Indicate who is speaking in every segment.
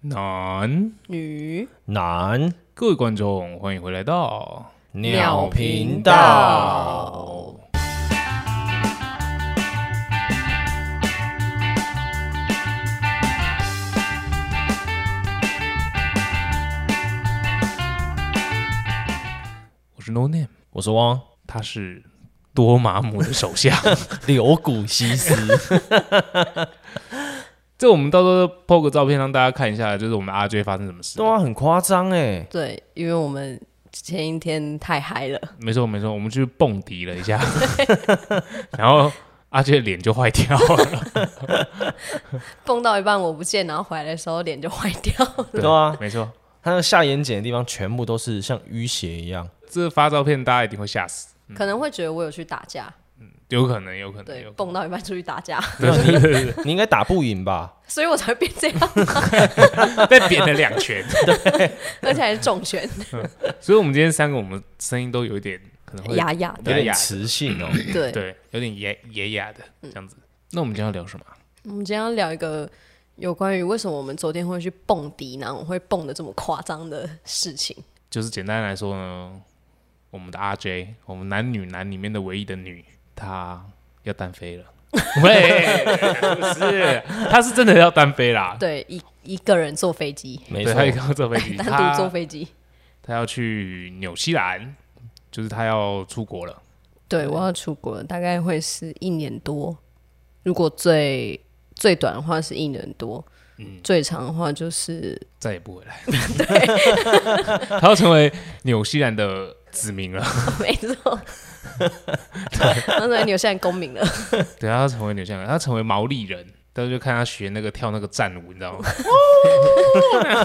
Speaker 1: 男，
Speaker 2: 女
Speaker 3: 男
Speaker 1: 各位观众，欢迎回来到。
Speaker 3: 鸟频道。
Speaker 2: 道。
Speaker 1: 我是 No Name，
Speaker 3: 我啊是汪
Speaker 1: 他是多玛姆的手 下。
Speaker 3: 柳谷西斯，
Speaker 1: 这我们到时候 PO 个照片让大家看一下，就是我们阿 J 发生什么事。
Speaker 3: 对啊，很夸张哎，
Speaker 2: 对，因为我们前一天太嗨了，
Speaker 1: 没错没错，我们去蹦迪了一下， 然后阿 J 脸就坏掉 了。
Speaker 2: 蹦到一半我不见，然后回来的时候脸就坏掉。
Speaker 3: 对啊，
Speaker 1: 没错，
Speaker 3: 他的下眼睑的地方全部都是像淤血一 样，
Speaker 1: 这发照片大家一定会吓死，
Speaker 2: 可能会觉得我有去打架，
Speaker 1: 有可能有可能
Speaker 2: 对
Speaker 1: 嗯有，可能。
Speaker 2: 蹦到一半出去打架，
Speaker 3: 你应该打不赢吧？
Speaker 2: 所以我才会变这样，
Speaker 1: 被扁了两 拳。
Speaker 2: 而且还是重拳，
Speaker 1: 所以，我们今天三个，我们声音都有一点可能会
Speaker 2: 哑哑
Speaker 3: 有
Speaker 1: 对
Speaker 2: 的。
Speaker 3: 点磁性哦。
Speaker 2: 对，嗯
Speaker 1: 对，有点野野哑的这样子。那我们今天要聊什么啊？
Speaker 2: 我们今天要聊一个有关于为什么我们昨天会去蹦迪，然后我会蹦的这么夸张的事情。
Speaker 1: 就是简单来说呢，我们的 RJ，我们男女男里面的唯一的女，她要单飞 了。喂，不是，她是真的要单飞啦。
Speaker 2: 对，一一个人坐飞机，
Speaker 3: 没
Speaker 1: 对，
Speaker 3: 错
Speaker 1: 她，要坐飞机，
Speaker 2: 单独坐
Speaker 1: 她
Speaker 2: 飞机。
Speaker 1: 她要去纽西兰，就是她要出国了。
Speaker 2: 对，我要出国了，大概会是一年多。如果最最短的话是一年多，最长的话就是
Speaker 1: 再也不回来。 他要成为纽西兰的子民了，
Speaker 2: 没错，当然纽西兰公民了。
Speaker 1: 对，他要成为纽西兰人，他要成为毛利人。但是就看他学那个跳那个战舞，你知道吗？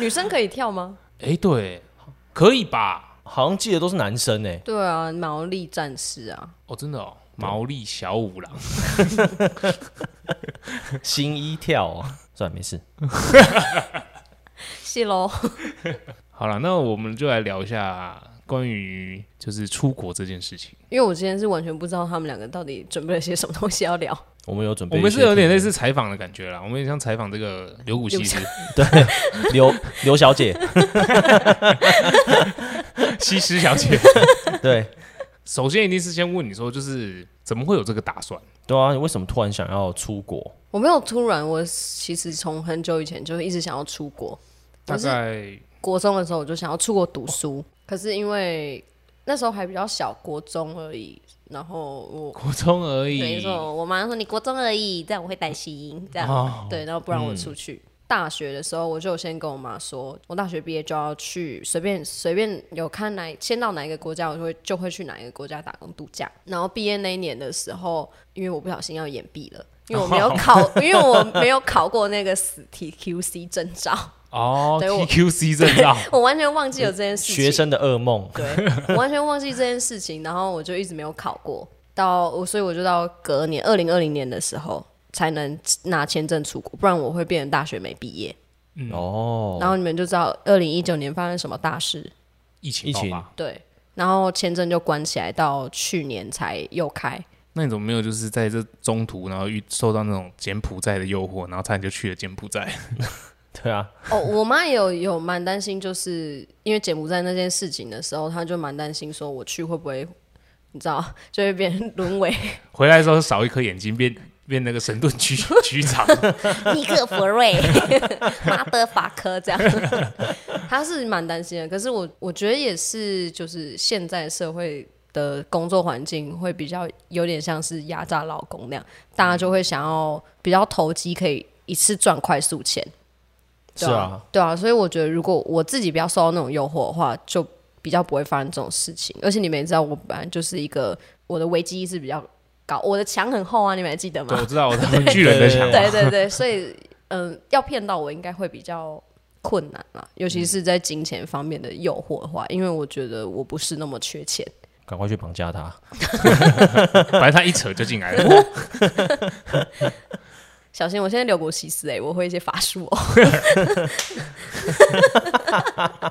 Speaker 2: 女生可以跳吗？
Speaker 1: 哎、对，可以吧？
Speaker 3: 好像记得都是男生哎，
Speaker 2: 对啊，毛利战士啊，
Speaker 1: 哦，真的哦，毛利小五郎，
Speaker 3: 新一跳啊，算了没事。
Speaker 2: 是喽。
Speaker 1: 好了，那我们就来聊一下关于就是出国这件事情。
Speaker 2: 因为我之前是完全不知道他们两个到底准备了些什么东西要聊，
Speaker 3: 我们有准备
Speaker 1: 我
Speaker 3: 一些题
Speaker 1: 们
Speaker 3: 目，
Speaker 1: 是有点类似采访的感觉啦，我们也像采访这个刘古西 斯，
Speaker 3: 刘刘小姐，
Speaker 1: 西施小姐。
Speaker 3: 对
Speaker 1: 首先一定是先问你说，就是怎么会有这个打算？
Speaker 3: 对啊，你为什么突然想要出国？
Speaker 2: 我没有突然，我其实从很久以前就一直想要出国。
Speaker 1: 大
Speaker 2: 我是
Speaker 1: 概
Speaker 2: 国中的时候我就想要出国读书，可是因为那时候还比较小，国中而已。然后我
Speaker 1: 国中而已，
Speaker 2: 没错，我妈说你国中而已，这样我会担心，这样、
Speaker 1: 哦
Speaker 2: 对，然后不让我出去。大学的时候，我就有先跟我妈说，我大学毕业就要去随便随便有看哪先到哪一个国家，我就会就会去哪一个国家打工度假。然后毕业那一年的时候，因为我不小心要延毕了，因为我没有考， 因为我没有考过那个死 TQC 证照，
Speaker 1: 哦
Speaker 2: 对我
Speaker 1: ，TQC 证照，
Speaker 2: 我完全忘记有这件事情。
Speaker 3: 学生的噩梦，
Speaker 2: 对，我完全忘记这件事情，然后我就一直没有考过，到我所以我就到隔年二零二零年的时候才能拿签证出国，不然我会变成大学没毕业。
Speaker 3: 哦，
Speaker 2: 然后你们就知道二零一九年发生什么大事，
Speaker 1: 疫情
Speaker 3: 疫
Speaker 1: 爆
Speaker 3: 情
Speaker 1: 发，
Speaker 2: 对，然后签证就关起来，到去年才又开。
Speaker 1: 那你怎么没有就是在这中途，然后遇受到那种柬埔寨的诱惑，然后差点就去了柬埔寨？
Speaker 3: 对啊，
Speaker 2: 哦，我妈也有有蛮担心，就是因为柬埔寨那件事情的时候，她就蛮担心说我去会不会，你知道，就会变成沦为
Speaker 1: 回来的时候少一颗眼睛，变变那个神盾局局长。
Speaker 2: 尼克弗瑞、马德法科这样， 他是蛮担心的。可是我我觉得也是，就是现在社会的工作环境会比较有点像是压榨劳工那样，大家就会想要比较投机，可以一次赚快速钱。
Speaker 3: 是
Speaker 2: 对
Speaker 3: 啊，，
Speaker 2: 对啊，所以我觉得如果我自己不要受到那种诱惑的话，就比较不会发生这种事情。而且你们也知道，我本来就是一个我的危机意识比较高，我的墙很厚啊，你们还记得吗
Speaker 1: 对，？我知道，我当 巨人的想法。
Speaker 2: 对对 对，所以嗯、呃要骗到我应该会比较困难啦，尤
Speaker 3: 嗯
Speaker 2: 其是在金钱方面的诱惑的话，因为我觉得我不是那么缺钱。
Speaker 3: 赶快去绑架他。
Speaker 1: 反正他一扯就进来了。
Speaker 2: 小心，我现在留国西斯哎、我会一些法术哦。
Speaker 3: 他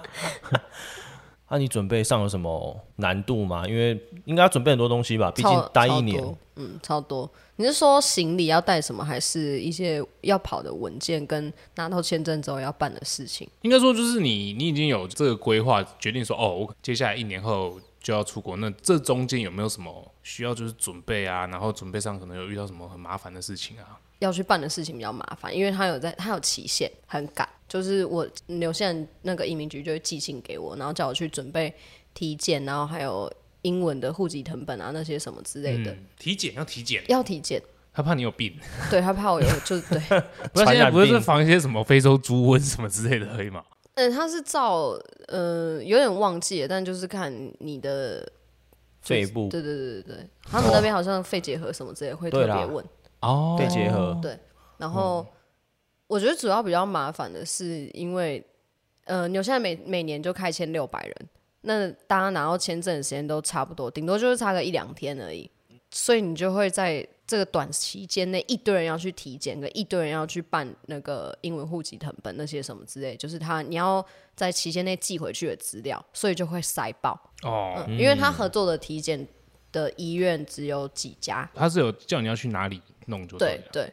Speaker 3: 那、啊你准备上有什么难度吗？因为应该要准备很多东西吧，毕
Speaker 2: 超
Speaker 3: 竟待
Speaker 2: 超
Speaker 3: 一年
Speaker 2: 多，嗯，超多。你是说行李要带什么，还是一些要跑的文件跟拿到签证之后要办的事情？
Speaker 1: 应该说就是你你已经有这个规划，决定说哦，我接下来一年后就要出国，那这中间有没有什么需要就是准备啊？然后准备上可能有遇到什么很麻烦的事情啊？
Speaker 2: 要去办的事情比较麻烦，因为他有在，他有期限，很赶。就是我纽西兰那个移民局就会寄信给我，然后叫我去准备体检，然后还有英文的户籍成本啊那些什么之类的，
Speaker 1: 嗯，体检要体检，
Speaker 2: 要体检。
Speaker 1: 他怕你有病。
Speaker 2: 对他怕我有，就对，
Speaker 1: 不是现
Speaker 3: 传
Speaker 1: 在
Speaker 3: 染
Speaker 1: 不是
Speaker 3: 病
Speaker 1: 防一些什么非洲猪瘟什么之类的而已嘛？
Speaker 2: 嗯，他是照，呃，有点忘记了，但就是看你的，
Speaker 3: 肺部
Speaker 2: 对对对对对，他们那边好像肺结核什么之类会特
Speaker 3: 对
Speaker 2: 别
Speaker 3: 啦
Speaker 2: 问。
Speaker 1: 哦
Speaker 3: 肺结核，
Speaker 2: 然后、我觉得主要比较麻烦的是，因为呃，纽西兰每每年就开签六百人，那大家拿到签证的时间都差不多，顶多就是差个一两天而已，所以你就会在这个短期间内，一堆人要去体检，跟一堆人要去办那个英文户籍成本那些什么之类，就是他你要在期间内寄回去的资料，所以就会塞爆。
Speaker 1: 哦，
Speaker 2: 嗯，因为他合作的体检的医院只有几家，
Speaker 1: 他是有叫你要去哪里弄就
Speaker 2: 对
Speaker 1: 了。
Speaker 2: 对，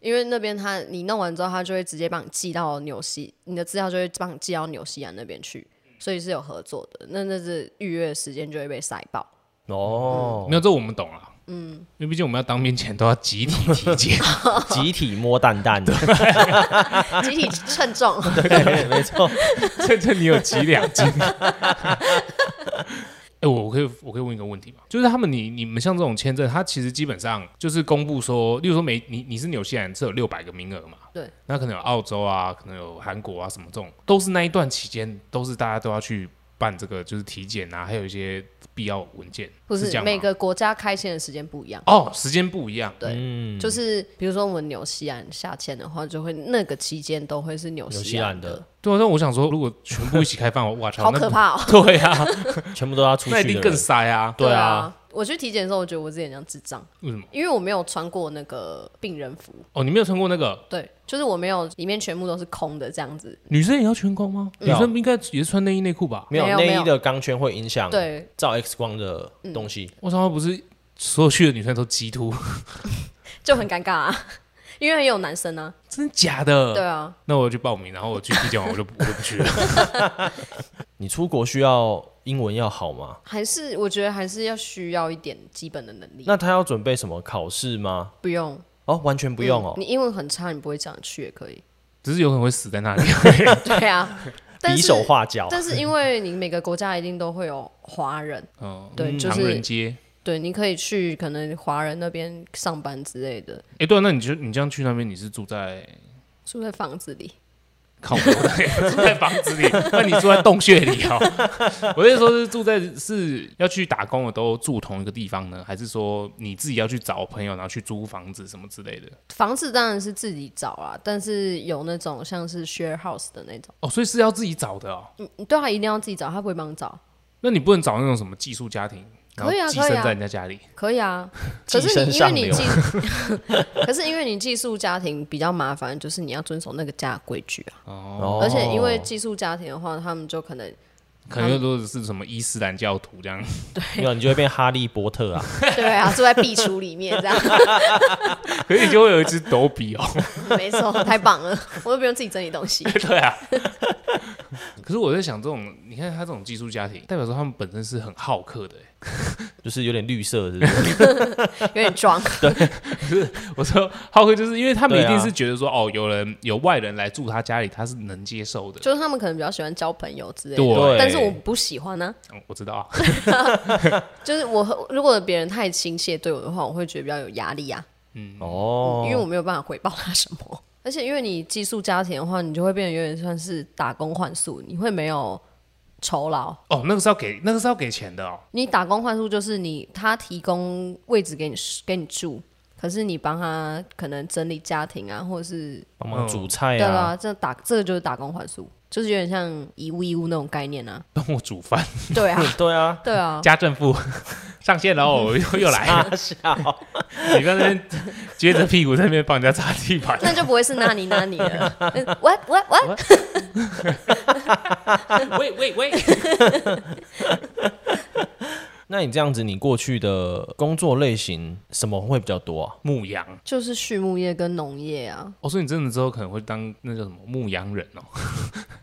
Speaker 2: 因为那边他你弄完之后，他就会直接帮你寄到纽西，你的资料就会帮你寄到纽西兰那边去，所以是有合作的。那那是预约时间就会被塞 爆。
Speaker 3: 哦，
Speaker 1: 没有这我们懂了。嗯，因为毕竟我们要当兵前都要集体体检，
Speaker 2: 嗯
Speaker 3: 集体摸蛋 蛋的，
Speaker 2: 集体 称重，
Speaker 3: 对，没错，
Speaker 1: 这这你有几两 斤？哎、我我可以我可以问一个问题吗？就是他们你你们像这种签证，它其实基本上就是公布说，例如说每你你是纽西兰是有六百个名额嘛？
Speaker 2: 对。
Speaker 1: 那可能有澳洲啊，可能有韩国啊，什么这种，都是那一段期间都是大家都要去办这个就是体检啊，还有一些必要文件，
Speaker 2: 不
Speaker 1: 是这
Speaker 2: 是
Speaker 1: 样吗
Speaker 2: 每个国家开签的时间不一样。
Speaker 1: 哦，时间不一样。
Speaker 2: 对，
Speaker 3: 嗯
Speaker 1: 嗯
Speaker 2: 就是比如说我们纽西兰下签的话，就会那个期间都会是纽
Speaker 3: 纽
Speaker 2: 西
Speaker 3: 西兰
Speaker 2: 兰
Speaker 3: 的，
Speaker 1: 对啊，但我想说，如果全部一起开放，我哇操，
Speaker 2: 好
Speaker 1: 那
Speaker 2: 可怕哦！
Speaker 1: 对啊，
Speaker 3: 全部都要出
Speaker 1: 那一
Speaker 3: 去
Speaker 1: 定
Speaker 3: 的
Speaker 1: 更
Speaker 3: 人，
Speaker 1: 塞啊。
Speaker 3: 对啊，
Speaker 2: 我去体检的时候，我觉得我自己很像智障，
Speaker 1: 为什么？
Speaker 2: 因为我没有穿过那个病人服，
Speaker 1: 哦，你没有穿过那个
Speaker 2: 对，就是我没有里面全部都是空的这样子，
Speaker 1: 女生也要全光吗？
Speaker 2: 嗯
Speaker 1: 女
Speaker 3: 要
Speaker 1: 生不应该也是穿内衣内裤吧？
Speaker 3: 没有
Speaker 2: 没有没
Speaker 3: 内
Speaker 2: 有
Speaker 3: 衣的钢圈会影
Speaker 1: 嗯
Speaker 3: 响
Speaker 2: 对，嗯
Speaker 3: 照 X 光的东西，
Speaker 1: 我常常不是所有去的女生都鸡突，
Speaker 2: 就很尴尬啊， 因为也有男生啊，
Speaker 1: 真的假的？
Speaker 3: 嗯
Speaker 2: 对啊，
Speaker 1: 那我就去报名，然后我去体检完我就不我就不去 了。
Speaker 3: 你出国需要英文要好吗？
Speaker 2: 还是我觉得还是要需要一点基本的能力，
Speaker 3: 那他要准备什么考试吗？
Speaker 2: 不用
Speaker 3: 哦，完全不用哦
Speaker 2: 嗯，你英文很差，你不会讲去也可以，
Speaker 1: 只是有可能会死在那里。
Speaker 2: 对啊，但
Speaker 3: 比
Speaker 2: 是
Speaker 3: 手画脚。
Speaker 2: 但是因为你每个国家一定都会有华人，
Speaker 1: 哦，
Speaker 2: 对，就
Speaker 1: 唐人
Speaker 2: 是
Speaker 1: 街。
Speaker 2: 对，你可以去可能华人那边上班之类的，
Speaker 1: 哎，对啊，那你就你这样去那边，你是住在
Speaker 2: 住在房子里，
Speaker 1: 靠北 住在房子 里，那你住在洞穴里哦？我是说，是住在是要去打工的都住同一个地方呢，还是说你自己要去找朋友，然后去租房子什么之类的？
Speaker 2: 房子当然是自己找啦，但是有那种像是 share house 的那种，
Speaker 1: 哦，所以是要自己找的哦。
Speaker 2: 你对啊，一定要自己找，他不会帮你找，
Speaker 1: 那你不能找那种什么寄宿家庭，然后
Speaker 2: 可以啊
Speaker 1: 寄
Speaker 2: 可以
Speaker 1: 生
Speaker 2: 啊
Speaker 1: 在人家家里。
Speaker 2: 可以 啊，
Speaker 3: 寄
Speaker 2: 可是
Speaker 3: 生
Speaker 2: 你因为
Speaker 3: 上
Speaker 2: 你
Speaker 3: 流
Speaker 2: 寄，可是因为你寄 宿家庭比较麻烦，就是你要遵守那个家的规矩啊。
Speaker 3: 哦
Speaker 2: 而且因为寄宿家庭的话，他们就可能
Speaker 1: 可能又说是什么伊斯兰教徒这样，
Speaker 3: 没有，你就会变哈利波特啊，
Speaker 2: 对啊，住在壁橱里面这样，
Speaker 1: 可是你就会有一只斗比 哦。
Speaker 2: 没错，太棒了，我都不用自己整理东西。
Speaker 1: 对啊。 可是我在想，这种你看他这种寄宿家庭，代表说他们本身是很好客的欸。
Speaker 3: 就是有点绿色，是不是？
Speaker 2: 有点装，
Speaker 1: 我说好客，就是因为他们一
Speaker 3: 对啊
Speaker 1: 定是觉得说，哦，有人有外人来住他家里，他是能接受的。
Speaker 2: 就是他们可能比较喜欢交朋友之类的，
Speaker 1: 对，
Speaker 3: 对
Speaker 2: 但是我不喜欢呢、
Speaker 1: 嗯我知道啊，
Speaker 2: 就是我和如果别人太亲切对我的话，我会觉得比较有压力啊，
Speaker 3: 哦
Speaker 2: 因为我没有办法回报他什么。而且因为你寄宿家庭的话，你就会变得有点像是打工换宿，你会没有酬劳，
Speaker 1: 哦，那个是要给那个是要给钱的哦。
Speaker 2: 你打工换宿就是你他提供位置给你给你住，可是你帮他可能整理家庭啊，或者是
Speaker 3: 帮忙煮菜
Speaker 2: 对
Speaker 3: 啊，
Speaker 2: 啊，这打这个就是打工换宿，就是有点 像一屋一屋那种概念啊。
Speaker 1: 帮我煮饭，
Speaker 2: 对啊，
Speaker 3: 对啊，
Speaker 2: 对啊，
Speaker 1: 家政妇 上线喽，我又又 来，
Speaker 2: 啊
Speaker 3: 傻笑，
Speaker 1: 你在那边撅着屁股在那边帮人家擦地板，
Speaker 2: 那就不会是那你那你 了。呃我我我，
Speaker 1: 喂喂喂，
Speaker 3: 那你这样子，你过去的工作类型什么会比较多啊？
Speaker 1: 牧羊。
Speaker 2: 就是畜牧业跟农业啊，
Speaker 1: 我、哦说你真的之后可能会当那叫什么牧羊人哦，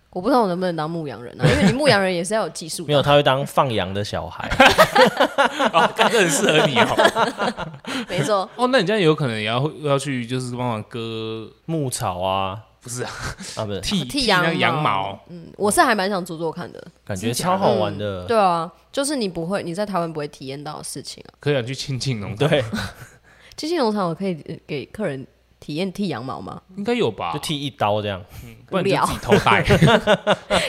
Speaker 2: 我不知道我能不能当牧羊人啊，因为你牧羊人也是要有技术
Speaker 3: 没
Speaker 2: 的
Speaker 3: 有，他会当放羊的小孩，
Speaker 1: 哦，干这很适合你哦。
Speaker 2: 没错，
Speaker 1: 哦，那你这样有可能也要要去就是帮忙割，
Speaker 3: 牧草啊，
Speaker 1: 不是啊，
Speaker 3: 啊不是，
Speaker 1: 剃
Speaker 2: 哦剃
Speaker 1: 那
Speaker 2: 羊
Speaker 1: 个羊
Speaker 2: 毛
Speaker 1: 毛，
Speaker 2: 嗯我是还蛮想做做看的。
Speaker 3: 感觉超好玩的。
Speaker 2: 对啊，就是你不会，你在台湾不会体验到的事情啊。
Speaker 1: 可以去亲哦近农场，
Speaker 3: 对，
Speaker 2: 机器农场我可以呃给客人体验剃羊毛吗？
Speaker 1: 应该有吧
Speaker 3: 就？剃一刀这样，
Speaker 1: 不然你就自己偷带，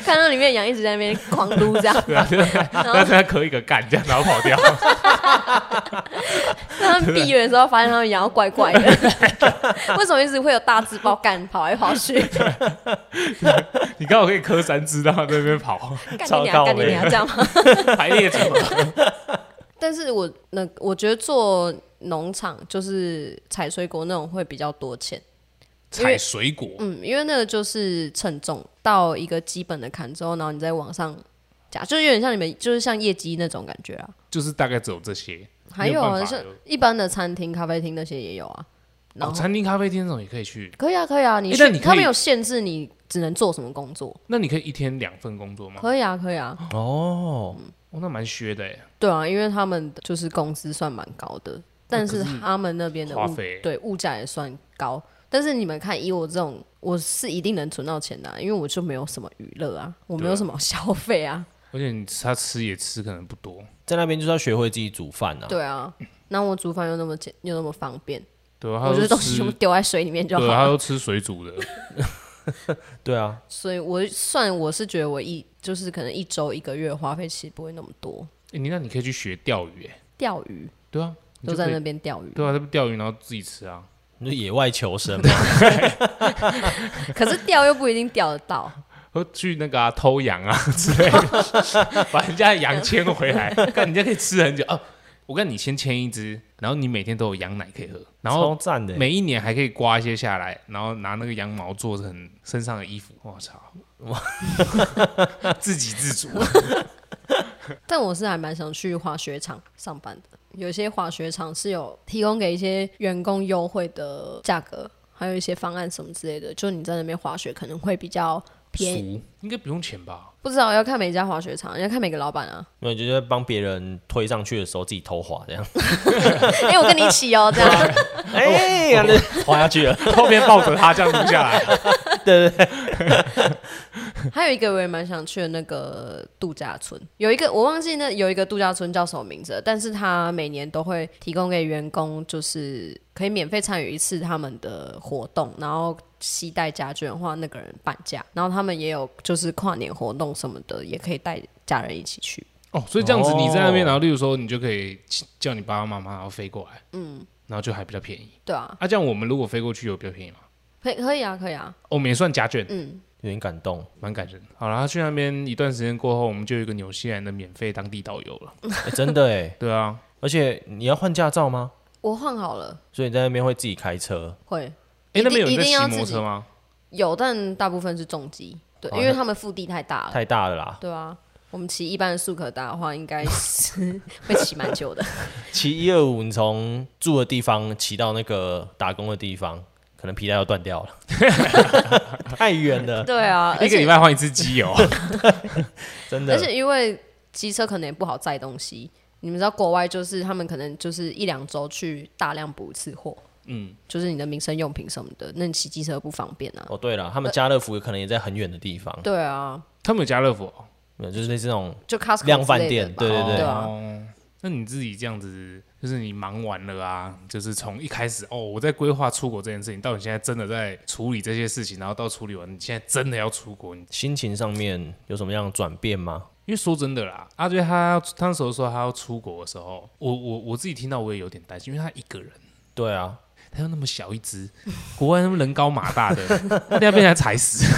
Speaker 2: 看到里面羊一直在那边狂撸这样，
Speaker 1: 对 啊，对啊，那他可以个干这样，然后跑掉。
Speaker 2: 他们闭眼的时候发现他们羊怪怪的， 为什么一直会有大字报干跑来跑去，
Speaker 1: 你刚好可以磕三只，然后在那边跑，
Speaker 2: 干
Speaker 3: 超
Speaker 2: 你娘
Speaker 3: 高
Speaker 2: 干你
Speaker 3: 的
Speaker 2: 娘这样吗？
Speaker 1: 排列组合。
Speaker 2: 但是我那我觉得做农场就是采水果那种会比较多钱，因为
Speaker 1: 采水果，
Speaker 2: 嗯，因为那个就是称重到一个基本的坎之后，然后你再往上加，就是有点像你们就是像业绩那种感觉啊。
Speaker 1: 就是大概只有这些。
Speaker 2: 还有
Speaker 1: 没
Speaker 2: 啊，
Speaker 1: 有办法
Speaker 2: 像一般的餐厅、咖啡厅那些也有啊。然
Speaker 1: 哦，
Speaker 2: 后、
Speaker 1: 餐厅、咖啡厅那种也可以去。
Speaker 2: 可以啊，可以啊，你
Speaker 1: 诶
Speaker 2: 去
Speaker 1: 但你可以
Speaker 2: 他们有限制你只能做什么工作？
Speaker 1: 那你可以一天两份工作吗？
Speaker 2: 可以啊，可以啊，
Speaker 1: 哦，那蛮削的哎。
Speaker 2: 对啊，因为他们就是工资算蛮高的，但
Speaker 1: 哦
Speaker 2: 是他们那边的
Speaker 1: 花
Speaker 2: 物
Speaker 1: 费
Speaker 2: 对物价也算高。但是你们看，以我这种，我是一定能存到钱的啊、因为我就没有什么娱乐啊，我没有什么消费啊，
Speaker 1: 而且你他吃也吃可能不多，
Speaker 3: 在那边就是要学会自己煮饭啊。
Speaker 2: 对啊，那我煮饭又那么简又那么方便，
Speaker 1: 对啊，
Speaker 2: 我
Speaker 1: 他
Speaker 2: 觉得
Speaker 1: 都
Speaker 2: 东西
Speaker 1: 吃
Speaker 2: 全部，丢在水里面就好
Speaker 1: 对啊，他
Speaker 2: 了。
Speaker 1: 都吃水煮的。
Speaker 3: 对啊，
Speaker 2: 所以我算我是觉得我一就是可能一周一个月花费其实不会那么多。
Speaker 1: 诶你那你可以去学钓鱼哎，
Speaker 2: 钓鱼
Speaker 1: 对啊，你
Speaker 2: 都
Speaker 1: 就
Speaker 2: 在
Speaker 1: 可以
Speaker 2: 那边钓鱼，
Speaker 1: 对啊，他不钓鱼然后自己吃啊。
Speaker 3: 你就野外求生嘛。
Speaker 2: 可是钓又不一定钓得到。
Speaker 1: 和去那个啊偷羊啊 之类的， 把人家的羊牵回 来，看人家可以吃很久哦。我跟你先牵一只，然后你每天都有羊奶可以喝，然后
Speaker 3: 超赞的欸，
Speaker 1: 每一年还可以刮一些下来，然后拿那个羊毛做成身上的衣服。我操！ 自给自足，啊
Speaker 2: 但我是还蛮想去滑雪场上班的，有一些滑雪场是有提供给一些员工优惠的价格，还有一些方案什么之类的，就你在那边滑雪可能会比较便宜。
Speaker 1: 俗应该不用钱吧？
Speaker 2: 不知道要看每一家滑雪场，要看每个老板啊。
Speaker 3: 没有就是帮别人推上去的时候自己偷滑这样，
Speaker 2: 哎、我跟你一起哦，这 样。
Speaker 3: 哎， 然后就滑下去了。
Speaker 1: 后面抱着它这样撸下来，
Speaker 2: 还有一个我也蛮想去的那个度假村，有一个我忘记那有一个度假村叫什么名字了，但是它每年都会提供给员工，就是可以免费参与一次他们的活动，然后携带家眷的话，那个人半价，然后他们也有就是跨年活动什么的，也可以带家人一起去。
Speaker 1: 哦，所以这样子你在那边，
Speaker 3: 哦
Speaker 1: 然后例如说你就可以叫你爸爸妈妈，然后飞过来，嗯，然后就还比较便宜。
Speaker 2: 对啊，
Speaker 1: 啊，这样我们如果飞过去有比较便宜吗？
Speaker 2: 可以可以啊，可以啊，
Speaker 1: 哦我们也算家眷，
Speaker 2: 嗯，
Speaker 3: 有点感动，
Speaker 1: 蛮感人。好了，他去那边一段时间过后，我们就有一个纽西兰的免费当地导游了。
Speaker 3: 哎真的哎。
Speaker 1: 对啊，
Speaker 3: 而且你要换驾照吗？
Speaker 2: 我换好了，
Speaker 3: 所以你在那边会自己开车，
Speaker 2: 会
Speaker 1: 哎、
Speaker 2: 一定
Speaker 1: 那边有人在
Speaker 2: 一定
Speaker 1: 骑
Speaker 2: 要
Speaker 1: 摩托
Speaker 2: 自己
Speaker 1: 车吗？
Speaker 2: 有，但大部分是重机，对，
Speaker 3: 哦
Speaker 2: 因为
Speaker 3: 那
Speaker 2: 他们腹地太大了，
Speaker 3: 太大了啦，
Speaker 2: 对啊。我们骑一般的速可达的话，应该 是会骑蛮久的。
Speaker 3: 骑一二五，你从住的地方骑到那个打工的地方，可能皮带要断 掉了，太远 了，
Speaker 2: 对啊，而
Speaker 1: 一个礼
Speaker 2: 且
Speaker 1: 拜换一次机哦油，
Speaker 3: 真
Speaker 2: 而
Speaker 3: 的。
Speaker 2: 且因为机车可能也不好载东西，你们知道国外就是他们可能就是一两周去大量补一次货，嗯，就是你的民生用品什么的，那你骑机车不方便啊。
Speaker 3: 哦，对了，他们家乐福可能也在很远的地方，
Speaker 2: 对啊，
Speaker 1: 他们有家乐福、哦。
Speaker 3: 没有就是类似那种
Speaker 2: 就 Costco
Speaker 3: 量贩
Speaker 2: 之类的
Speaker 3: 店
Speaker 2: 吧
Speaker 3: 对对对
Speaker 2: 对啊，
Speaker 1: 那你自己这样子，就是你忙完了啊，就是从一开始哦，我在规划出国这件事情，到你现在真的在处理这些事情，然后到处理完，你现在真的要出国，你
Speaker 3: 心情上面有什么样的转变吗？
Speaker 1: 因为说真的啦，阿追他他那时候说他要出国的时候，我我我自己听到我也有点担心，因为他一个人。
Speaker 3: 对啊，
Speaker 1: 他又那么小一 只，国外那么人高马大的，那要被人家踩死。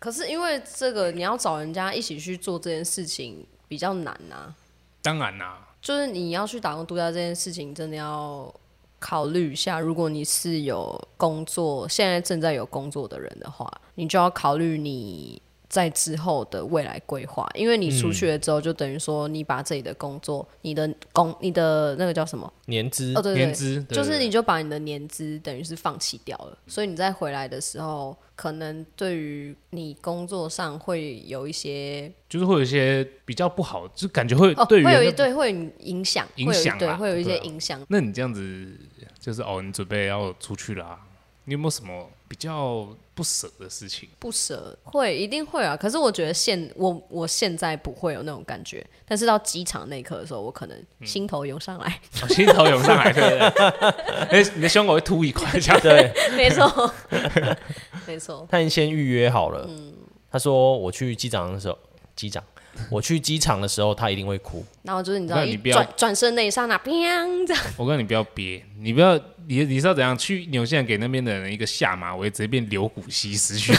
Speaker 2: 可是因为这个你要找人家一起去做这件事情比较难啊。
Speaker 1: 当然啦、
Speaker 2: 就是你要去打工度假这件事情，真的要考虑一下。如果你是有工作，现在正在有工作的人的话，你就要考虑你在之后的未来规划，因为你
Speaker 1: 嗯
Speaker 2: 出去了之后，就等于说你把自己的工作、你的工、你的那个叫什么？
Speaker 3: 年资
Speaker 2: 哦，对对
Speaker 1: 年
Speaker 2: 对，
Speaker 1: 资对
Speaker 2: 就是
Speaker 1: 对
Speaker 2: 你就把你的年资等于是放弃掉了，所以你再回来的时候，可能对于你工作上会有一些
Speaker 1: 就是会有一些比较不好，就感觉会
Speaker 2: 哦，
Speaker 1: 对于
Speaker 2: 会有
Speaker 1: 那
Speaker 2: 一对会有影响，
Speaker 1: 影
Speaker 2: 会有一
Speaker 1: 响
Speaker 2: 对
Speaker 1: 啦
Speaker 2: 会有一
Speaker 1: 对
Speaker 2: 些
Speaker 1: 啊
Speaker 2: 影响。
Speaker 1: 那你这样子就是哦，你准备要出去啦、你有没有什么比较不舍的事 情？
Speaker 2: 不舍会一定会啊，可是我觉得现我我现在不会有那种感觉，但是到机场那一刻的时候，我可能心头涌上来，
Speaker 1: 哦、心头涌上来，对不对？ 哎，你的胸口会凸一块，这样
Speaker 3: 对，
Speaker 2: 没错，没错，
Speaker 3: 他已经先预约好了。
Speaker 2: 嗯
Speaker 3: 他说我去机场的时候，机长，我去机场的时候，他一定会哭。
Speaker 2: 然后就是你知道
Speaker 1: 那你
Speaker 2: 一
Speaker 1: 不要
Speaker 2: 转转身那一刹那，砰这样，
Speaker 1: 我告诉你，不要憋，你不要，你你是要怎样去纽西兰给那边的人一个下马威，直接变刘古西斯去？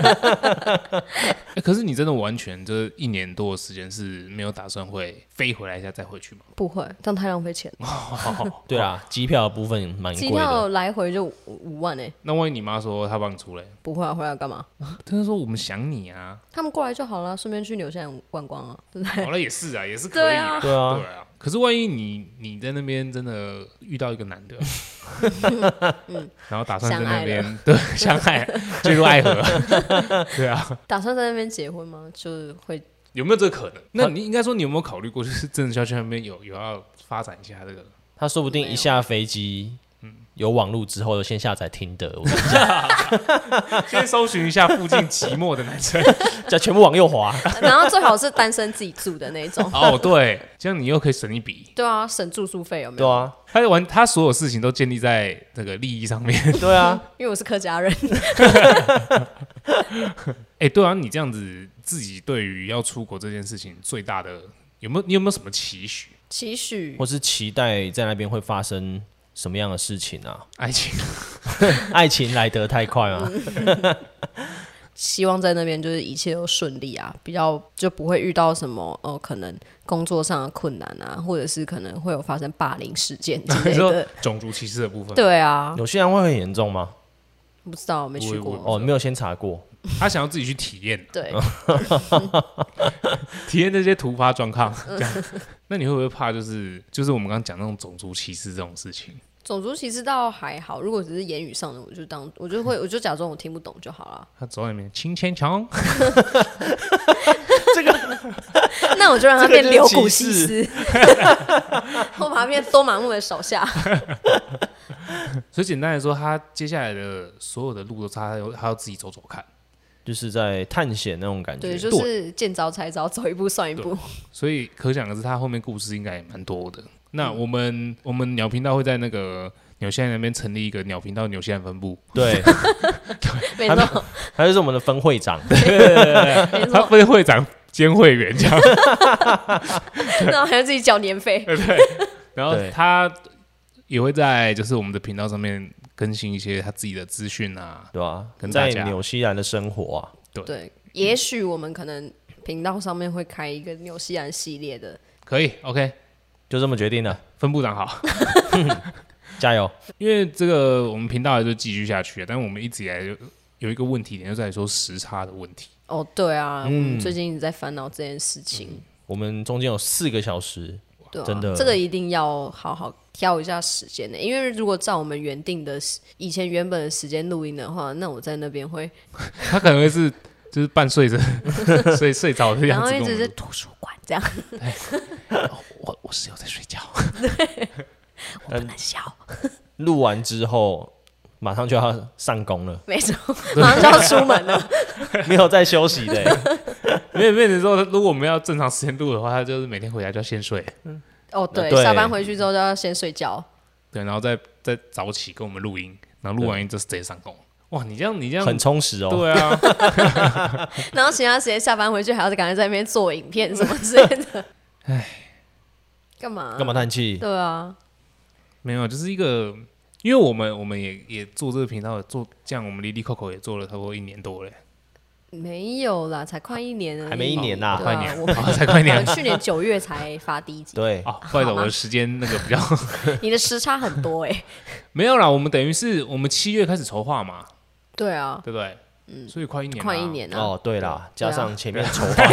Speaker 1: 欸可是你真的完全这一年多的时间是没有打算会飞回来一下再回去吗？
Speaker 2: 不会，这样太浪费钱了，
Speaker 3: 对啦，机票的部分蛮
Speaker 2: 哦机
Speaker 3: 贵的，
Speaker 2: 票来回就五五万哎、
Speaker 1: 那万一你妈说她帮你出来，
Speaker 2: 不会啊，回来干嘛？
Speaker 1: 她就说我们想你啊，
Speaker 2: 他们过来就好了，顺便去纽西兰观光啊，对不对？
Speaker 1: 好了也是啊，也是可以啊，
Speaker 3: 对啊，
Speaker 1: 对啊。可是万一你你在那边真的遇到一个男的，然后打算在那边对相爱坠入爱河，对啊，
Speaker 2: 打算在那边结婚吗？就是会
Speaker 1: 有没有这个可能？那你应该说你有没有考虑过，就是真的要去那边有有要发展一下这个？
Speaker 3: 他说不定一下飞机。
Speaker 1: 嗯
Speaker 3: 有网络之后，先下载听的，我 们
Speaker 1: 先搜寻一下附近寂寞的男生。。
Speaker 3: 再全部往右滑。
Speaker 2: 然后最好是单身自己住的那一种
Speaker 1: 哦，对，这样你又可以省一笔。
Speaker 2: 对啊，省住宿费有没
Speaker 3: 对
Speaker 2: 有？
Speaker 3: 啊，
Speaker 1: 他玩他所有事情都建立在这个利益上面。
Speaker 3: 对啊，
Speaker 2: 因为我是客家人，
Speaker 1: 哎、对啊，你这样子自己对于要出国这件事情最大的有没有？你有没有什么期许？
Speaker 2: 期许
Speaker 3: 或是期待在那边会发生什么样的事情啊？
Speaker 1: 爱情？
Speaker 3: 爱情来得太快 啊吗？
Speaker 2: 嗯希望在那边就是一切都顺利啊，比较就不会遇到什么哦，可能工作上的困难啊，或者是可能会有发生霸凌事件之
Speaker 1: 你
Speaker 2: 类
Speaker 1: 说
Speaker 2: 的。
Speaker 1: 种族歧视的部分？，
Speaker 2: 对啊，
Speaker 3: 有些人会很严重吗？
Speaker 2: 不知道没去
Speaker 1: 我
Speaker 2: 过。
Speaker 3: 哦，没有先查过。
Speaker 1: 他想要自己去体验，
Speaker 2: 对，
Speaker 1: 体验这些突发状况。这样，那你会不会怕？就是就是我们刚刚讲那种种族歧视这种事情？
Speaker 2: 种族歧视倒还好，如果只是言语上的，我就当我就会我就假装我听不懂就好了。
Speaker 1: 他走在里面，秦千强。
Speaker 2: 那我就让他变
Speaker 3: 这个
Speaker 2: 柳
Speaker 3: 就是
Speaker 2: 骨西斯， 我把他变多玛木的手下。
Speaker 1: 所以简单来说，他接下来的所有的路都是他要他要自己走走看。
Speaker 3: 就是在探险那种感觉。
Speaker 2: 对，就是见招拆招，走一步算一步。
Speaker 1: 所以可想而知，他后面故事应该也蛮多的。那我们、我们鸟频道会在那个纽西兰那边成立一个鸟频道纽西兰分部，
Speaker 3: 对，
Speaker 2: 没错，
Speaker 3: 他就是我们的分会长，
Speaker 2: 没
Speaker 1: 他
Speaker 2: 错，
Speaker 1: 分会长兼会员这样，
Speaker 2: 然后还要自己缴年费。
Speaker 1: 对不对？然后
Speaker 3: 对
Speaker 1: 他也会在就是我们的频道上面更新一些他自己的资讯啊。
Speaker 3: 对吧、
Speaker 1: 跟大
Speaker 3: 在
Speaker 1: 家
Speaker 3: 纽西兰的生活啊，
Speaker 2: 对，也许我们可能频道上面会开一个纽西兰系列的，
Speaker 1: 可以，OK，
Speaker 3: 就这么决定了，
Speaker 1: 分部长好。
Speaker 3: 加油！
Speaker 1: 因为这个我们频道还是继续下去，但我们一直以来就有一个问题点，就在于说时差的问题。
Speaker 2: 哦，对啊，
Speaker 3: 嗯
Speaker 2: 我们最近一直在烦恼这件事情，
Speaker 3: 我们中间有四个小时，
Speaker 2: 对、啊，
Speaker 3: 嗯真的
Speaker 2: 这个一定要好好挑一下时间的、因为如果照我们原定的时以前原本的时间录音的话，那我在那边会，
Speaker 1: 他可能会是就是半睡着， 睡睡着的
Speaker 2: 然
Speaker 1: 样
Speaker 2: 后
Speaker 1: 子
Speaker 2: 一
Speaker 1: 跟我
Speaker 2: 直
Speaker 1: 们
Speaker 2: 是
Speaker 1: 录。
Speaker 2: 图书馆这样，
Speaker 1: 我我室友在睡 觉，
Speaker 2: 我不能笑，，
Speaker 3: 录完之后马上就要上工了
Speaker 2: 没错，马上就要出门 了，
Speaker 3: 没有在休息的欸、
Speaker 1: 没有变成说，如果我们要正常时间录的话，他就是每天回家就要先睡，
Speaker 2: 哦，对，
Speaker 3: 对
Speaker 2: 下班回去之后就要先睡觉，
Speaker 1: 对，然后再再早起跟我们录音，然后录完音就直接上工。哇，你这样你这样
Speaker 3: 很充实哦。
Speaker 1: 对啊，
Speaker 2: 然后其他时间下班回去还要赶快在那边做影片什么之类的，哎，干嘛？
Speaker 3: 干嘛？叹气？
Speaker 2: 对啊，
Speaker 1: 没有，就是一个，因为我们我们也也做这个频道做这样，我们离离扣扣也做了差不多一年多了。
Speaker 2: 没有啦，才快一年而已，
Speaker 3: 还没一年呐
Speaker 2: 对
Speaker 1: 快
Speaker 2: 啊
Speaker 1: 一年
Speaker 2: 我
Speaker 1: 哦才 快一年
Speaker 2: 我们去年九月才发第一集，
Speaker 3: 对，
Speaker 1: 哦，不好意思，我的时间那个比较
Speaker 2: 你的时差很多哎、
Speaker 1: 没有啦。我们等于是我们七月开始筹划嘛，
Speaker 2: 对啊，
Speaker 1: 对不对？嗯，所以快一年，
Speaker 2: 快一，年了、
Speaker 3: 哦，对啦，
Speaker 2: 对
Speaker 3: 加
Speaker 2: 啊
Speaker 3: 上前面筹划，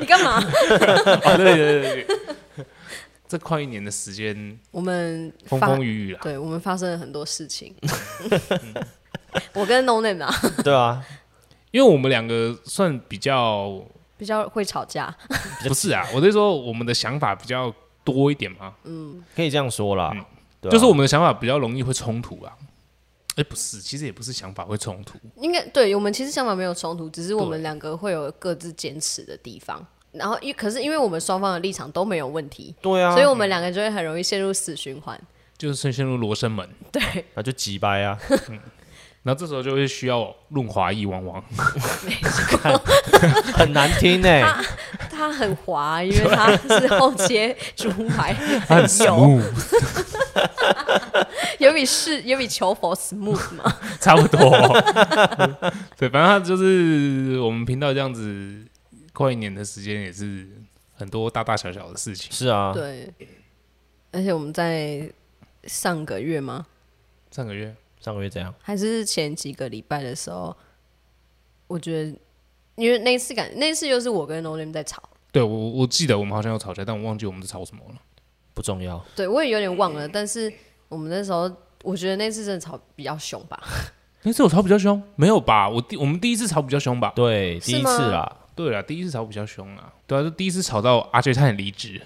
Speaker 2: 你干 嘛？
Speaker 1: 哦，对对对对对， 这快一年的时间
Speaker 2: 我们
Speaker 1: 风
Speaker 2: 发
Speaker 1: 风雨雨啊啦。
Speaker 2: 对我们发生了很多事情。 我跟 No Name 啊，
Speaker 3: 对啊，
Speaker 1: 因为我们两个算比较
Speaker 2: 比较会吵架，
Speaker 1: 不是 啊，我是说我们的想法比较多一点嘛，
Speaker 3: 可以这样说啦，
Speaker 1: 嗯
Speaker 3: 对啊
Speaker 1: 就是我们的想法比较容易会冲突啊。哎，不是，其实也不是想法会冲突，
Speaker 2: 应该对我们其实想法没有冲突，只是我
Speaker 1: 对
Speaker 2: 们两个会有各自坚持的地方。然后因可是因为我们双方的立场都没有问题，
Speaker 3: 对啊，
Speaker 2: 所以我们两个就会很容易陷入死循环。
Speaker 1: 就是陷入罗生门，
Speaker 2: 对，
Speaker 3: 那就几掰啊，
Speaker 1: 然后这时候就会需要润滑液汪 汪，
Speaker 3: 很难听呢。
Speaker 2: 啊他很滑，因为他是后切猪排，
Speaker 1: 它很
Speaker 2: 有
Speaker 1: smooth，
Speaker 2: 有比是有比求佛 smooth 吗？
Speaker 1: 差不多。 对，反正它就是我们频道这样子，快一年的时间也是很多大大小小的事情，
Speaker 3: 是啊，
Speaker 2: 对，而且我们在上个月吗？
Speaker 1: 上个月
Speaker 3: 上个月这样，
Speaker 2: 还是前几个礼拜的时候，我觉得因为那一次感，那一次又是我跟 No Name 在吵，
Speaker 1: 对我我我记得我们好像有吵架，但我忘记我们在吵什么了。
Speaker 3: 不重要，
Speaker 2: 对我也有点忘了，但是我们那时候。我觉得那次真的吵比较凶吧，
Speaker 1: 那次我吵比较凶，没有吧？我第我们第一次吵比较凶吧？
Speaker 3: 对，第
Speaker 2: 是
Speaker 3: 一
Speaker 2: 吗
Speaker 3: 次啦，
Speaker 1: 对啦，第一次吵比较凶啊，对啊，就第一次吵到阿杰差点离职，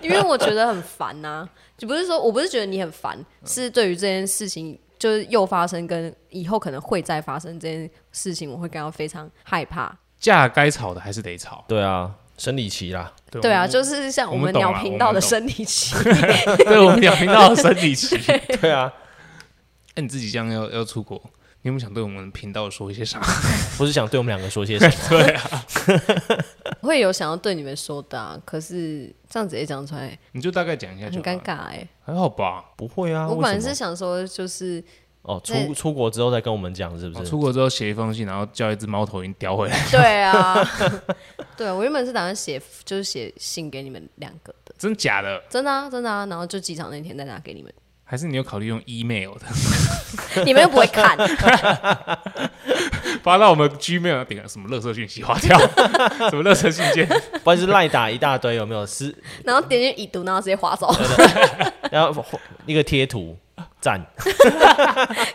Speaker 2: 因为我觉得很烦呐、就不是说我不是觉得你很烦，
Speaker 1: 嗯
Speaker 2: 是对于这件事情就是又发生跟以后可能会再发生这件事情，我会感到非常害怕。
Speaker 1: 架该吵的还是得吵。
Speaker 3: 对啊，生理期啦，
Speaker 1: 对
Speaker 2: 对啊，
Speaker 1: 我
Speaker 2: 就是像
Speaker 1: 我
Speaker 2: 我
Speaker 1: 们
Speaker 2: 们
Speaker 1: 懂
Speaker 2: 鸟
Speaker 1: 啦我
Speaker 2: 频道
Speaker 1: 们
Speaker 2: 的
Speaker 1: 懂
Speaker 2: 生理期，
Speaker 1: 对我们俩频道的生理期。
Speaker 3: 对啊，
Speaker 1: 那你自己将要要出国，你有没有想对我们频道说一些啥？
Speaker 3: 不是想对我们两个说些什 么，
Speaker 2: 会有想要对你们说的、啊，可是这样直接讲出来
Speaker 1: 你就大概讲一下就
Speaker 2: 很
Speaker 1: 好了
Speaker 2: 尴，尬哎、
Speaker 1: 还好吧？
Speaker 3: 不会啊，
Speaker 2: 我
Speaker 3: 为
Speaker 2: 本来
Speaker 3: 什
Speaker 2: 是
Speaker 3: 么
Speaker 2: 想说，就是
Speaker 3: 哦，
Speaker 2: 在
Speaker 3: 出出国之后再跟我们讲，是不
Speaker 1: 我
Speaker 3: 是？
Speaker 1: 哦出国之后写一封信，然后叫一只猫头鹰叼回来，
Speaker 2: 对啊， 对啊我原本是打算写，就是写信给你们两个的，
Speaker 1: 真假的？
Speaker 2: 真的啊，真的啊，然后就机场那天再拿给你们，
Speaker 1: 还是你有考虑用 email 的，
Speaker 2: 你们又不会看，
Speaker 1: 发到我们 Gmail 点个什么垃圾讯息划掉， 什么垃圾信件？
Speaker 3: 不然就是赖打已大堆，有没有？是，
Speaker 2: 然后点进已读，然后直接划走。
Speaker 3: 然后一个贴图，赞，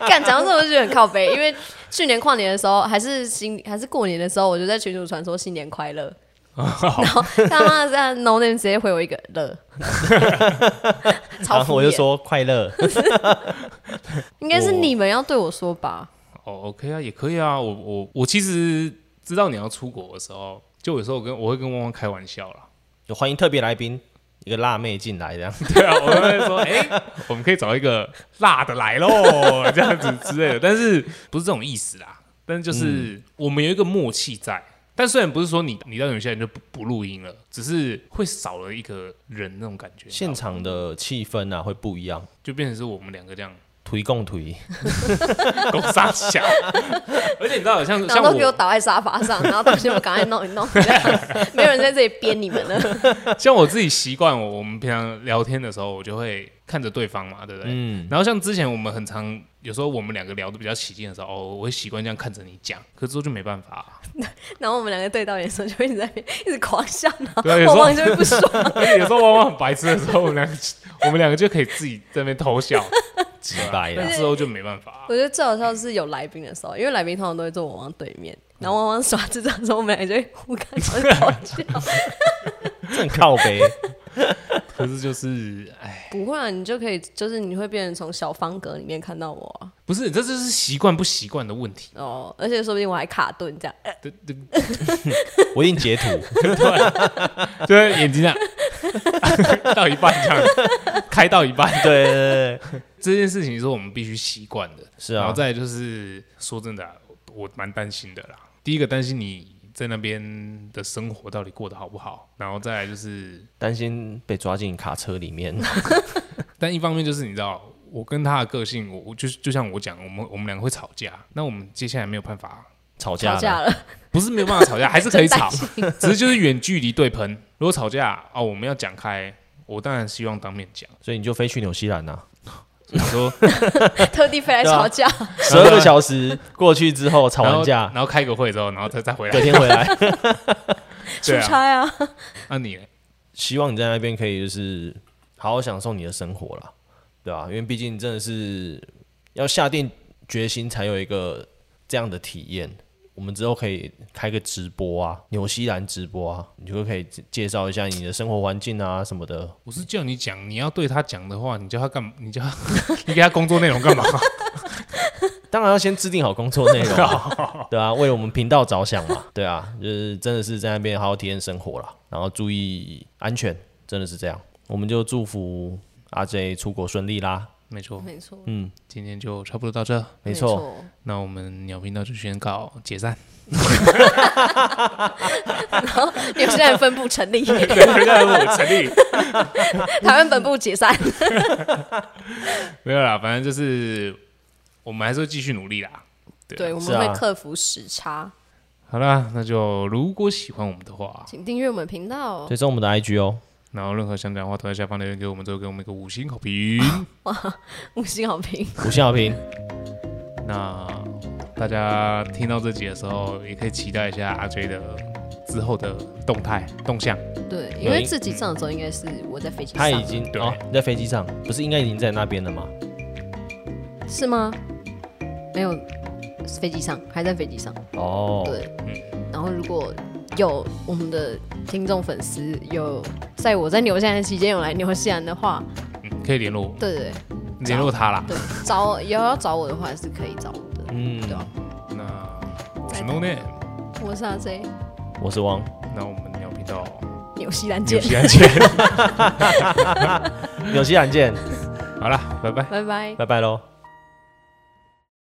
Speaker 2: 干讲到这我就觉得很靠背，因为去年跨年的时候，还是新还是过年的时候，我就在群主传说新年快乐，然后他妈的在 No Name 直接回我一个乐， 超
Speaker 3: 然
Speaker 2: 敷衍
Speaker 3: 后我就说快乐，
Speaker 2: 应该是你们要对我说吧，
Speaker 1: 哦，OK 啊，也可以啊。我我我其实知道你要出国的时候，就有时候我跟我会跟汪汪开玩笑啦。
Speaker 3: 就欢迎特别来宾，一个辣妹进来这样。
Speaker 1: 对啊，我会说，哎、我们可以找一个辣的来喽，这样子之类的。但是不是这种意思啦？但是就是、我们有一个默契在。但虽然不是说你你到有些人就不不录音了，只是会少了一个人那种感觉，
Speaker 3: 现场的气氛啊会不一样，
Speaker 1: 就变成是我们两个这样
Speaker 3: 推共推，
Speaker 1: 狗撒小。 而且你知道，像
Speaker 2: 然
Speaker 1: 像
Speaker 2: 后都给我
Speaker 1: 我
Speaker 2: 倒在沙发上，然后东西我赶快弄一弄，这样没有人在这里编你们了。
Speaker 1: 像我自己习惯，我我们平常聊天的时候，我就会看着对方嘛，对不对？
Speaker 3: 嗯，
Speaker 1: 然后像之前我们很常，有时候我们两个聊的比较起劲的时候，哦，我会习惯这样看着你讲，可是之后就没办法啊、
Speaker 2: 然后我们两个对到眼的时候，就一直在那边一直狂笑，然后
Speaker 1: 对啊有时候
Speaker 2: 我往就会不爽。
Speaker 1: 而且有时候汪汪很白痴的时候，我们两个我们两个就可以自己在那边偷笑，
Speaker 3: 几百
Speaker 1: 但
Speaker 3: 啦，
Speaker 1: 之后就没办法、啊
Speaker 2: 我觉得最好笑的是有来宾的时候，因为来宾通常都会坐我往对面，然后汪汪耍智障的时候，我们俩就会互看嘲笑。
Speaker 3: 这很靠北，
Speaker 1: 可是就是，哎，
Speaker 2: 不会啊，你就可以，就是你会变成从小方格里面看到我啊、
Speaker 1: 不是，这就是习惯不习惯的问题。
Speaker 2: 哦，而且说不定我还卡顿这样，呃
Speaker 1: 对对
Speaker 3: 我一定截图，
Speaker 1: 对，就是眼睛这样 到一半这样，开到一半
Speaker 3: 对对对对，
Speaker 1: 这件事情是我们必须习惯的。
Speaker 3: 是
Speaker 1: 然后
Speaker 3: 啊，
Speaker 1: 再来就是说真的啊、我我蛮担心的啦。第一个担心你在那边的生活到底过得好不好，然后再来就是
Speaker 3: 担心被抓进卡车里 面，
Speaker 1: 但一方面就是你知道，我跟他的个性，我我就是就像我讲，我们我们两个会吵架，那我们接下来没有办法
Speaker 3: 吵架
Speaker 2: 吵
Speaker 3: 了，
Speaker 2: 架了，
Speaker 1: 不是没有办法吵架，还是可以
Speaker 2: 真
Speaker 1: 吵
Speaker 2: 担，心
Speaker 1: 只是就是远距离对喷。如果吵架哦，我们要讲开，我当然希望当面讲。
Speaker 3: 所以你就飞去纽西兰呐、啊
Speaker 1: 你说
Speaker 2: 特地飞来
Speaker 3: 对啊
Speaker 2: 吵架，
Speaker 3: 十二个小时 过去之后 吵
Speaker 1: 然后
Speaker 3: 完架
Speaker 1: 然，后开个会之后，然后再再回
Speaker 3: 隔
Speaker 1: 来。
Speaker 3: 天回来，
Speaker 2: 出
Speaker 1: 对啊，
Speaker 2: 差啊，
Speaker 1: 那你嘞
Speaker 3: 希望你在那边可以就是好好享受你的生活啦，对吧、因为毕竟真的是要下定决心才有一个这样的体验。我们之后可以开个直播啊，纽西兰直播啊，你就可以介绍一下你的生活环境啊什么的。
Speaker 1: 我是叫你讲，你要对他讲的话，你叫他干嘛？你叫他， 你给他工作内容干嘛？
Speaker 3: 当然要先制定好工作内容啊，对啊，为我们频道着想嘛，对啊，就是真的是在那边好好体验生活啦，然后注意安全，真的是这样。我们就祝福阿 J 出国顺利啦，
Speaker 1: 没错，
Speaker 2: 没错，
Speaker 3: 嗯，
Speaker 1: 今天就差不多到这，
Speaker 3: 没错，，
Speaker 1: 那我们鸟频道就宣告解 散。
Speaker 2: 纽西兰分部成 立，
Speaker 1: 让我成立。
Speaker 2: 台湾本部解散，
Speaker 1: 没有啦，反正就是我们还是会继续努力啦。
Speaker 2: 对，我
Speaker 3: 是
Speaker 2: 们
Speaker 3: 啊
Speaker 2: 会克服时差，
Speaker 1: 好啦，那就如果喜欢我们的话，
Speaker 2: 请订阅我们频道
Speaker 3: 追，踪我们的 IG 哦。
Speaker 1: 然后任何想讲的话都在下方留言给我们，最后给我们一个五星好评。
Speaker 2: 五星好评，
Speaker 3: 五星好评，
Speaker 2: 嗯
Speaker 1: 那大家听到这集的时候，也可以期待一下阿 J 的之后的动态动向。
Speaker 2: 对，因为自己上的时候应该是我在飞机
Speaker 3: 他已
Speaker 2: 上，
Speaker 3: 经
Speaker 1: 对
Speaker 3: 哦你在飞机上，不是应该已经在那边了吗？
Speaker 2: 是吗？没有，是飞机上还在飞机上，
Speaker 3: 哦，
Speaker 2: 对，然后如果有我们的听众粉丝有在我在纽西兰的期间有来纽西兰的话，
Speaker 1: 嗯，可以联络我，
Speaker 2: 对对
Speaker 1: 联络他啦。
Speaker 2: 对，找我有要找我的话是可以找我的，
Speaker 3: 嗯，
Speaker 2: 对啊
Speaker 1: 那我是 No Name，
Speaker 2: 我是阿 J，
Speaker 3: 我是王，
Speaker 1: 那我们鸟频道
Speaker 2: 纽西兰
Speaker 1: 有
Speaker 2: 见，
Speaker 1: 西安见。
Speaker 3: 纽西兰见，
Speaker 1: 好啦，拜拜。
Speaker 2: 拜拜。
Speaker 3: 拜拜喽。